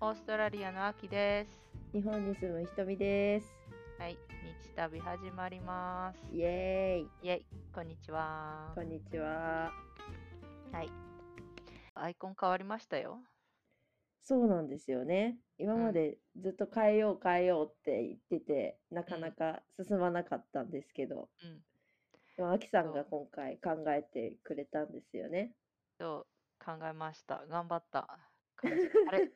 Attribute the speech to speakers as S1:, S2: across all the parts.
S1: オーストラリアの秋です。
S2: 日本に住むひとみです。
S1: はい、日旅始まります。イ
S2: イエーイ、
S1: ェイ、こんにちは
S2: こ。んにちは。
S1: はい。アイコン変わりましたよ。
S2: そうなんですよね。今までずっと変えよう変えようって言ってて、なかなか進まなかったんですけど、
S1: うん。
S2: でもあきさん
S1: そ
S2: が
S1: う
S2: 今回考えてくれたんですよね。
S1: そう、考えました。頑張った感じ。あ れ、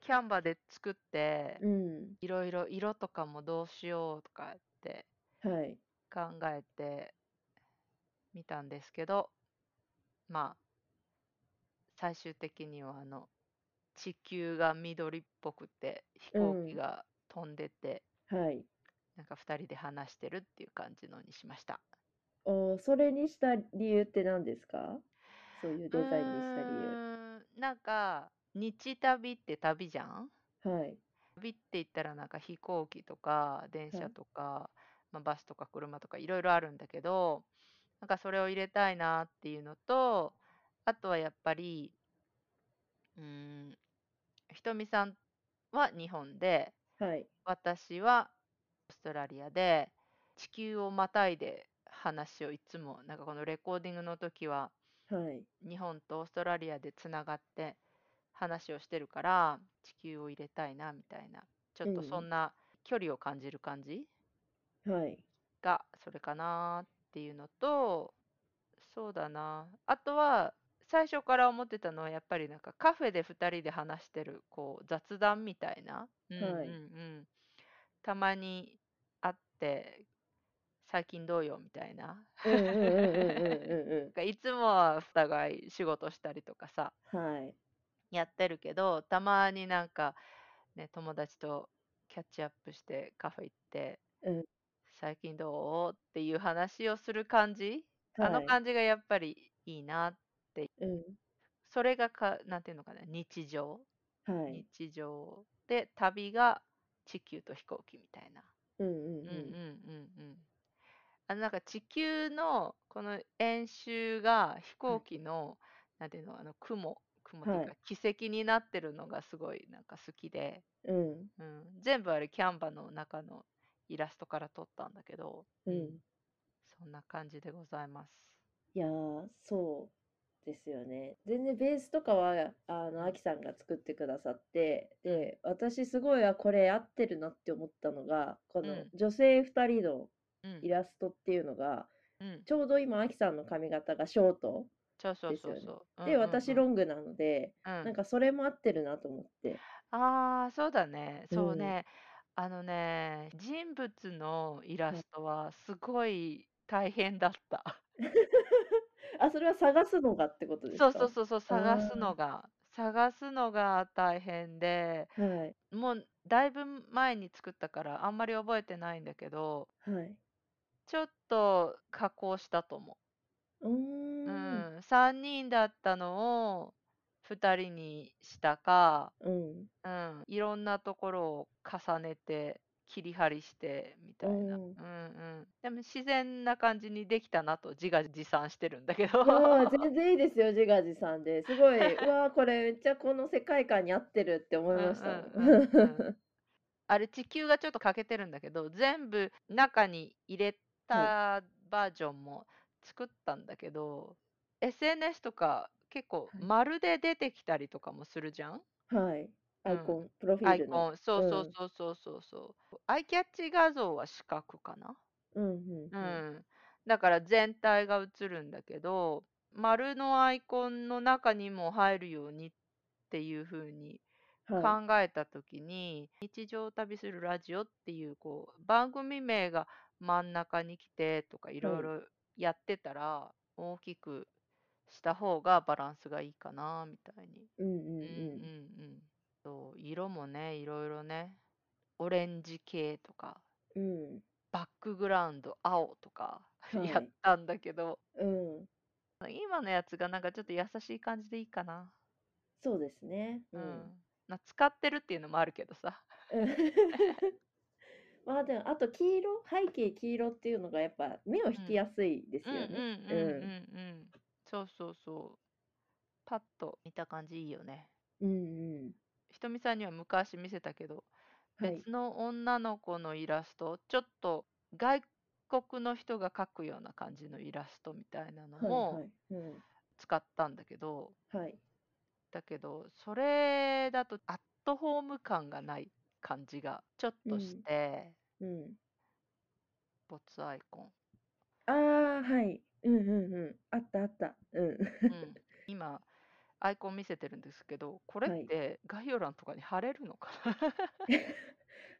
S1: キャンバで作って
S2: う、ん、
S1: いろいろ色とかもどうしようとかって
S2: はい。
S1: 考えてみたんですけど、まあ、最終的にはあの、地球が緑っぽくて、飛行
S2: う
S1: 機
S2: ん
S1: が飛んでて、
S2: はい。
S1: なんか2人で話してるっていう感じのにしました。
S2: おーそれにした理由って何ですかそういうデザインにした理
S1: うーんなんか日旅って旅じゃん
S2: 由。はい。
S1: 旅って言ったらなんか飛行機とか電
S2: は
S1: 車
S2: い
S1: とか、まあ、バスとか車とかいろいろあるんだけどなんかそれを入れたいなっていうのとあとはやっぱりうーんひとみさんは日本で
S2: はい。
S1: 私はオーストラリアで地球をまたいで話をいつもなんかこのレコーディングの時は
S2: はい。
S1: 日本とオーストラリアでつながって話をしてるから地球を入れたいなみたいなちょっと
S2: うん
S1: そんな距離を感じる感じ
S2: はい。
S1: がそれかなっていうのとそうだなあとは最初から思ってたのはやっぱりなんかカフェで2人で話してるこう雑談みたいな、うんうん
S2: はい
S1: うん、たまに会って最近どうよみたいな。
S2: うんうんうんうんうんうん
S1: なんかいつもはお互い仕事したりとかさ
S2: うん。はい。
S1: やってるけどたまになんか、ね、友達とキャッチアップしてカフェ行って、
S2: うん
S1: 最近どうっていう話をする感じ、 あ
S2: は
S1: の
S2: い
S1: 感じがやっぱりいいな
S2: うん。
S1: それがかなんていうのかな日常、
S2: はい。
S1: 日常で旅が地球と飛行機みたいな。
S2: うんうん
S1: うんう
S2: う
S1: んうんう
S2: ん。
S1: んあのなんか地球のこの円周が飛行機の、なんていうのあの雲雲っていう
S2: は
S1: か奇跡になってるのがすごいなんか好きで、
S2: うん。
S1: うん、全部あれキャンバの中のイラストから撮ったんだけど、
S2: うん。
S1: そんな感じでございます。
S2: いやー、そうですよね。全然ベースとかは、あの、アキさんが作ってくださって、で、私すごい、あ、これ合ってるなって思ったのが、こ
S1: う
S2: の
S1: ん
S2: 女性2人の
S1: うん
S2: イラストっていうのが、
S1: うん、
S2: ちょうど今、アキさんの髪型がショート
S1: そうそう
S2: です
S1: そ
S2: よ
S1: う
S2: ね
S1: そう。
S2: で、私
S1: ロ
S2: ロングなので、なんかそれも合ってるなと思って。
S1: ああ、そうだね。
S2: うん
S1: そうね。あのね、人物のイラストはすごい大変だった。
S2: あ、それは探すのがってことです
S1: そうそう
S2: か
S1: そうそう、探すのが、探すのが大変で、
S2: はい。
S1: もうだいぶ前に作ったからあんまり覚えてないんだけど、
S2: はい。
S1: ちょっと加工したと思
S2: うー
S1: う。
S2: ん。
S1: うん、3人だったのを2人にしたか、
S2: うん。
S1: うん、いろんなところを重ねて切り張りしてみたいな、う
S2: うんん
S1: うん、でも自然な感じにできたなと自画自賛してるんだけど
S2: いや ー全然いいですよ、自画自賛で。すごい、うわー、これめっちゃこの世界観に合ってるって 思いましたもん。
S1: うんうんうん うあれ地球がちょっと欠けてるんだけど全部中に入れたバージョンも作ったんだけど、SNS とか結構
S2: はい
S1: まるで出てきたりとかもするじゃん、
S2: はい。アイコン、プロフィ
S1: ア
S2: ー
S1: イ
S2: ル
S1: コ
S2: の。
S1: ンそうそううんそうそうそうそうアイキャッチ画像は四角かな
S2: うんうん
S1: う
S2: うん
S1: ん、だから全体が映るんだけど丸のアイコンの中にも入るようにっていう風に
S2: は
S1: 考えた時に「日常を旅するラジオ」っていうこう番組名が真ん中に来てとかいろいろやってたら大きくした方がバランスがいいかなみたいに。
S2: い。うんうん
S1: うんうんう、
S2: うん
S1: そう色もねいろいろねオレンジ系とか
S2: ん。うん。
S1: バックグラウンド青とか
S2: はい
S1: やったんだけど、
S2: うん。
S1: 今のやつがなんかちょっと優しい感じでいいかな、
S2: そうですね。う
S1: うん
S2: ん。
S1: まあ使ってるっていうのもあるけどさ
S2: うん まあでも、あと黄色、背景黄色っていうのがやっぱ目を引きやすいです
S1: うんうん
S2: よ
S1: うん
S2: ね。
S1: うんうんそうそうそうパッと見た感じいいよね
S2: うんうん。
S1: ひとみさんには昔見せたけど、
S2: はい。
S1: 別の女の子のイラスト、ちょっと外国の人が描くような感じのイラストみたいなの
S2: はい。は
S1: も
S2: い。うん。
S1: 使ったんだけど、
S2: はい。
S1: だけど、それだとアットホーム感がない感じがちょっとして、
S2: うん。
S1: ボツアイ コン。
S2: ああ、はい。うんうんうん。あったあった。うん。
S1: うん今、アイコン見せてるんですけど、これっ
S2: はい。
S1: て概要欄とかに貼れるのか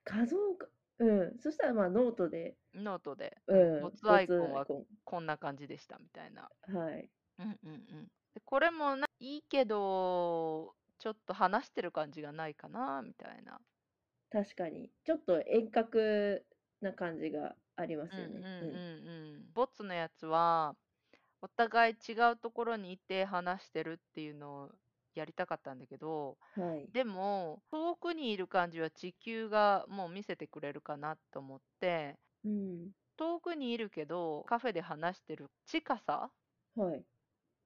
S2: 画像か。うん。そしたらまあノートで、
S1: な ノートで、
S2: う
S1: ボ
S2: ん。
S1: ツ
S2: ボ
S1: アイ
S2: ツ
S1: コン
S2: アイ
S1: は
S2: コ
S1: こんな感じでしたみたいな。
S2: ン。はい。
S1: うんうんうん。で、これもないいけど、ちょっと話してる感じがないかなみたいな。
S2: 確かに。ちょっと遠隔な感じがありま
S1: うん
S2: す
S1: う
S2: よ
S1: ん
S2: ね。う
S1: う
S2: ん。
S1: んうん。ボツのやつは、お互い違うところにいて話してるっていうのをやりたかったんだけど、
S2: はい。
S1: でも、遠くにいる感じは地球がもう見せてくれるかなと思って、
S2: うん。
S1: 遠くにいるけど、カフェで話してる近さ
S2: はい。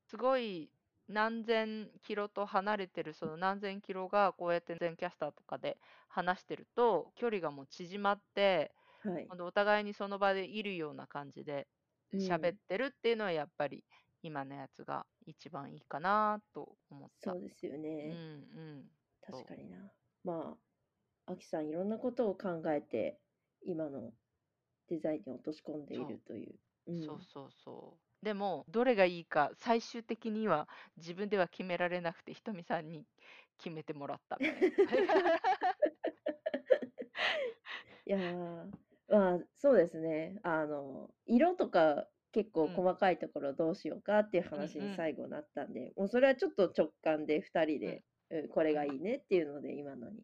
S1: すごい何千キロと離れてるその何千キロがこうやって全キャスターとかで話してると距離がもう縮まって
S2: はい。
S1: ほんとお互いにその場でいるような感じで
S2: う
S1: 喋っ
S2: ん。
S1: てるっていうのはやっぱり今のやつが一番いいかなと思っ
S2: そ
S1: た。
S2: うですよ
S1: うんう
S2: ね。
S1: ん。
S2: 確
S1: そ
S2: かにな。まあ、アキさんいろんなことを考えて、今のデザインに落とし込んで
S1: う
S2: い
S1: そう
S2: るという。う。
S1: そうんそうそう。でもどれがいいか最終的には自分では決められなくてひとみさんに決めてもらったみたいな。
S2: いやー、まあ、そうですね。あの、色とか結
S1: う
S2: 構
S1: ん
S2: 細かいところどうしようかっていう
S1: うん
S2: 話
S1: う
S2: に
S1: ん
S2: 最後なったんで、もうそれはちょっと直感で2人
S1: うん。
S2: で、うん、これ
S1: う
S2: が
S1: ん
S2: いいねっていうので今のに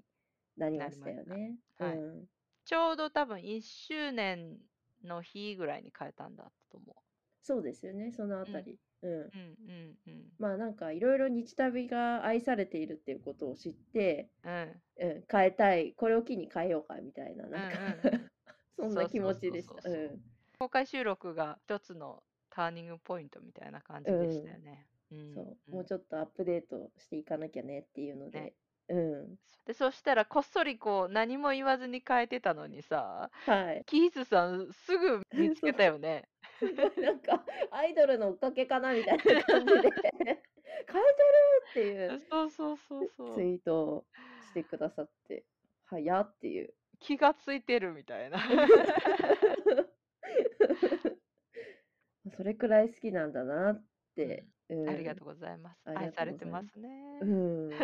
S2: なり
S1: な
S2: ま
S1: り
S2: し
S1: ま
S2: た
S1: し
S2: よ
S1: た。
S2: ね。う
S1: はい。
S2: ん。
S1: ちょうど多分1周年の日ぐらいに変えたんだったと思
S2: そうですよね。そのあ
S1: う。う
S2: た
S1: ん。
S2: り。うん。
S1: うんうんうん。
S2: まあなんかいろいろ日旅が愛されているっていうことを知って、
S1: うん。
S2: うん、変えたい、これを機に変えようかみたいな、
S1: う
S2: なんんか
S1: うんうん。
S2: そん
S1: そ
S2: な
S1: う
S2: 気
S1: そう
S2: 持
S1: そ
S2: ち
S1: う
S2: でし
S1: そう
S2: た。
S1: そう。
S2: う
S1: 公開収録が一つのターニングポイントみたいな感
S2: ん。
S1: じでし
S2: う
S1: た
S2: ん。
S1: よね。うん。
S2: そうう、もうんちょっとアップデートしていかなきゃねっていうの
S1: ね。
S2: で、うん。
S1: で、そしたらこっそりこう何も言わずに変えてたのにさ、
S2: はい。
S1: キースさんすぐ見つ
S2: そ
S1: け
S2: う、
S1: たよ ね。
S2: すごいなんかアイドルの追っかけかなみたいな 感じで変えてるっていう
S1: そうそうそう
S2: ツ
S1: そう。
S2: イートをしてくださって、はやっていう。
S1: 気がついてるみたいな。
S2: それくらい好きなんだなっ
S1: う
S2: て、
S1: ん、
S2: う
S1: ありが
S2: ん、
S1: とうございます。
S2: あり
S1: 愛
S2: がと
S1: さ
S2: う
S1: れ
S2: ご
S1: て
S2: ざい
S1: ま
S2: ます。
S1: すね。
S2: う ん、いや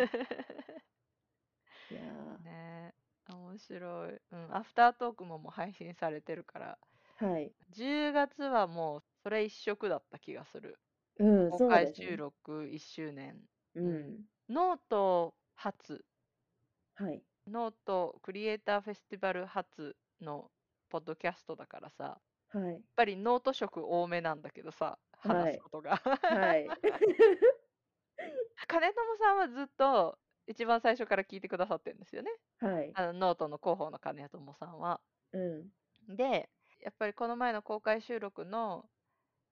S2: ー、
S1: ねえ、面白い。うん、アフタートークももう配信されてるから、
S2: はい、
S1: 10月はもうそれ一色だった気がする。
S2: うん、
S1: 公
S2: そう
S1: 開
S2: です
S1: 収
S2: ね。
S1: 録1周年。
S2: う
S1: うん。
S2: ん、
S1: ノート初、
S2: はい、
S1: ノートクリエイターフェスティバル初のポッドキャストだからさ、やっ
S2: はい、
S1: ぱりノート色多めなんだけどさ、
S2: は
S1: 話す
S2: い、
S1: ことが。
S2: はい。
S1: 金友さんはずっと一番最初から聞いてくださってるんですよね。
S2: はい、
S1: あのノートの広報の金友さんは。
S2: うん、
S1: で、やっぱりこの前の公開収録の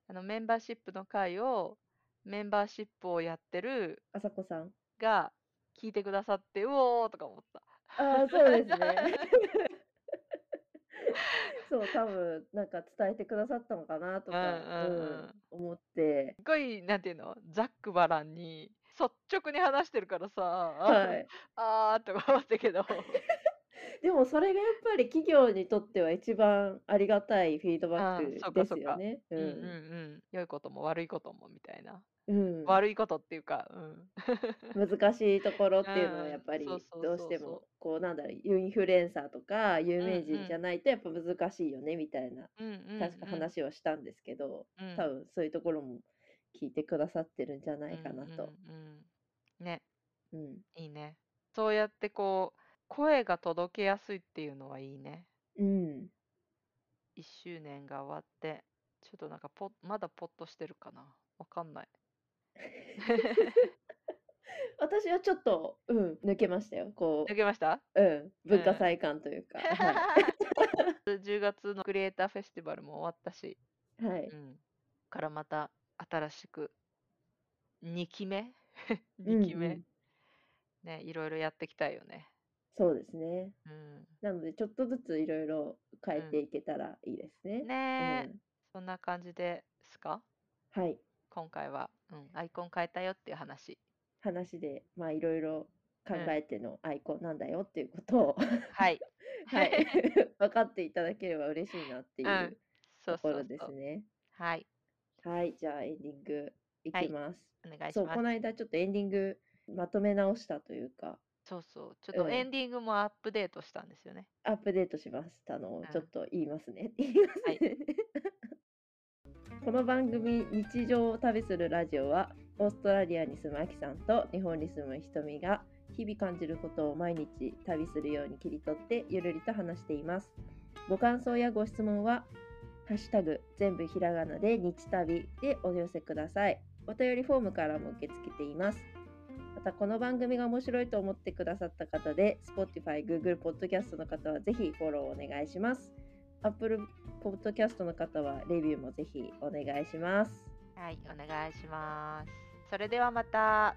S1: あのメンバーシップの回をメンバーシップをやってる
S2: あさこさん。
S1: が聞いてくださってうおーとか思った。
S2: ああ、そうですね。 そう、多分なんか伝えてくださったのかなと
S1: うん
S2: か、う、
S1: うんうんん。
S2: 思って、
S1: すごい、なんていうの、ざっくばらんに率直に話してるからさ、
S2: はい。
S1: あーとか思ったけど。
S2: でもそれがやっぱり企業にとっては一番ありがたいフィードバ
S1: ああ、
S2: ック
S1: そう
S2: で
S1: かそ
S2: す
S1: う
S2: よ
S1: か。
S2: ね。 う
S1: うんうん
S2: ん。
S1: うん。良いことも悪いこともみたいな。
S2: うん。
S1: 悪いことっていうか、うん。
S2: 難しいところ
S1: う
S2: っていうのはやっ
S1: ん、
S2: ぱ
S1: そう
S2: り
S1: そう
S2: どうし
S1: そう
S2: て
S1: そ
S2: もこうなんだろうインフルエンサーとか有
S1: う。うん
S2: 名
S1: う
S2: 人じゃ
S1: ん。
S2: ないとやっぱ難しいよねみたいな
S1: うんう
S2: 確か
S1: ん
S2: 話をしたんですけど
S1: うん。う
S2: 多
S1: ん
S2: 分そういうところも聞いてくださってるんじゃな
S1: うん
S2: いかな
S1: う
S2: と。
S1: んうん。ね、
S2: うん。
S1: いいね。そうやってこう、声が届けやすいっていうのはいいね。
S2: うん。
S1: 1周年が終わって、ちょっとなんかポッ、まだポッとしてるかな。わかんない。
S2: 私はちょっと、うん、抜けましたよ。こ
S1: 抜けました
S2: う、うん、
S1: う
S2: 文化
S1: ん。
S2: 祭感という か、はい。
S1: 10月のクリエイターフェスティバルも終わったし、
S2: はい。
S1: うん。からまた新しく2期目
S2: う
S1: ?2
S2: ん
S1: 期
S2: う
S1: 目
S2: ん。
S1: ね、いろいろやっていきたいよね。
S2: そうですね。
S1: うん。
S2: なので、ちょっとずついろいろ変えていけたらいいですね。
S1: ねえ、そんな感じですか
S2: うん、はい。
S1: 今回は、うん、アイコン変えたよっていう話。
S2: 話で、まあ、いろいろ考えてのアイコンなんだよっていうこ とを、
S1: はい。
S2: はい、分かっていただければ嬉しいなってい
S1: うん
S2: う
S1: そう
S2: とこ
S1: そうそ
S2: ろ
S1: う
S2: ですね。
S1: はい。
S2: はい、じゃあエンディングい
S1: はい
S2: きます。
S1: お願いし
S2: そう、
S1: ます
S2: この。間ちょっとエンディングまとめ直したというか、
S1: そうそう。ちょっ
S2: う
S1: と
S2: ん
S1: エンディングもアップデートしたんですよね。
S2: アップデートしましたのを
S1: ん
S2: ちょっと言いますね。言いますね。 この番組「日常を旅するラジオは」オーストラリアに住むアキさんと日本に住むひとみが日々感じることを毎日旅するように切り取ってゆるりと話しています。ご感想やご質問は「ハッシュタグ全部ひらがなで日旅」でお寄せください。お便りフォームからも受け付けています。またこの番組が面白いと思ってくださった方で Spotify、Google Podcast の方はぜひフォローお願いします。Apple Podcast の方はレビューもぜひお願いします。
S1: はい。お願いします。それではまた。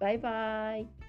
S2: バイバイ。